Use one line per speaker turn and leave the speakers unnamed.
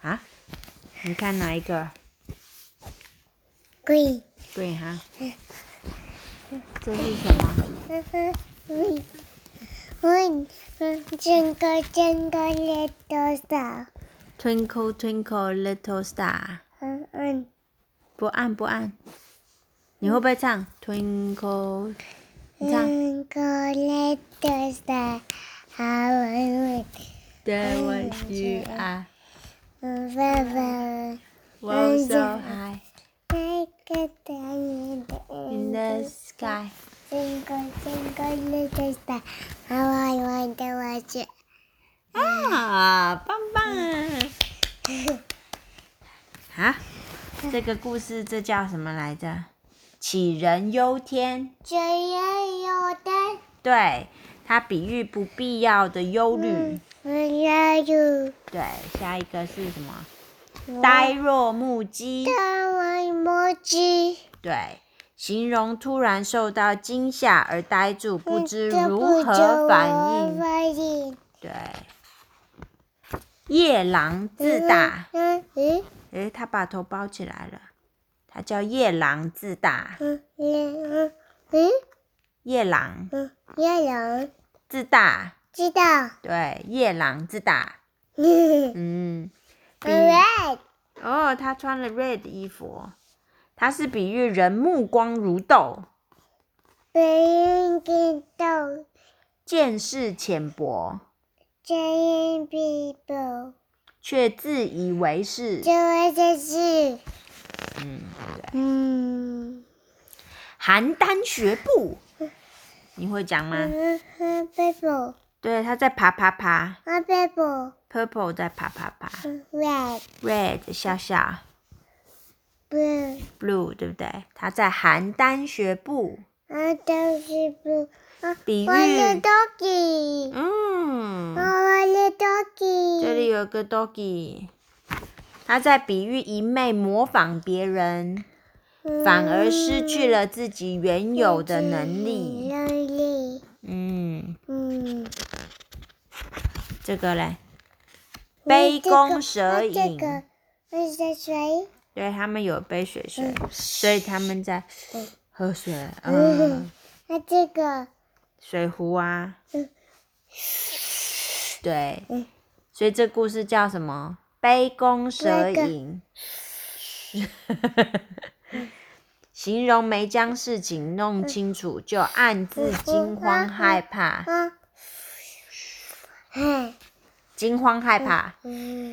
啊？你看哪一个？
龟，
对哈、这是什么？
呵呵，龟，龟，嗯，整个整个的多少？
Twinkle Twinkle Little Star，嗯
嗯嗯，
不按不按，你会不会唱 Twinkle？你唱，
整个的多少？好稳稳，
对我需爱，
嗯，爸爸，
我 so high
那个大眼的，
in the sky。
整个整个的多少？好稳稳的我去，
啊，棒 棒！啊，这个故事这叫什么来着？杞人忧天。
只要有的，
对，它比喻不必要的忧虑
嗯。，我要有，
对，下一个是什么？
我
呆若木鸡。
大碗摸鸡。
对，形容突然受到惊吓而呆住，不知
这
如何反应。
反应。
对，夜郎自大，
嗯嗯
诶，他把头包起来了，他叫夜郎自大。
嗯嗯嗯
夜郎
嗯，月亮
自大，
知道。
对，夜郎自大。
嗯
嗯，比
，red
哦，他穿了 red 的衣服哦，他是比喻人目光如豆，
人运动
见识浅薄，
，giant people，
却自以为是
这。位就是
嗯，对。
嗯，
邯郸学步，你会讲吗？
嗯嗯，purple，
对，他在爬爬爬
啊 purple，
，purple 在爬爬爬
嗯，red
，red 笑笑
blue，
，blue 对不对？他在邯郸学步，
啊都是 blue，啊，
比
我的
喻，
doggy，
嗯，
我的
这里
doggy，
有个 doggy，他在比喻一昧模仿别人，反而失去了自己原有的能力。
能力，
嗯，
嗯，
这个嘞，
那
杯
这
弓
个
蛇
那这
影，
个那是谁？
对他们有杯水水，所以他们在
嗯
喝水，嗯
嗯，那这个，
水壶啊
嗯，
对
嗯，
所以这故事叫什么？杯弓蛇影， 形容没将事情弄清楚就暗自惊
嗯
慌害怕，
啊，嘿，
惊慌害怕。
嗯。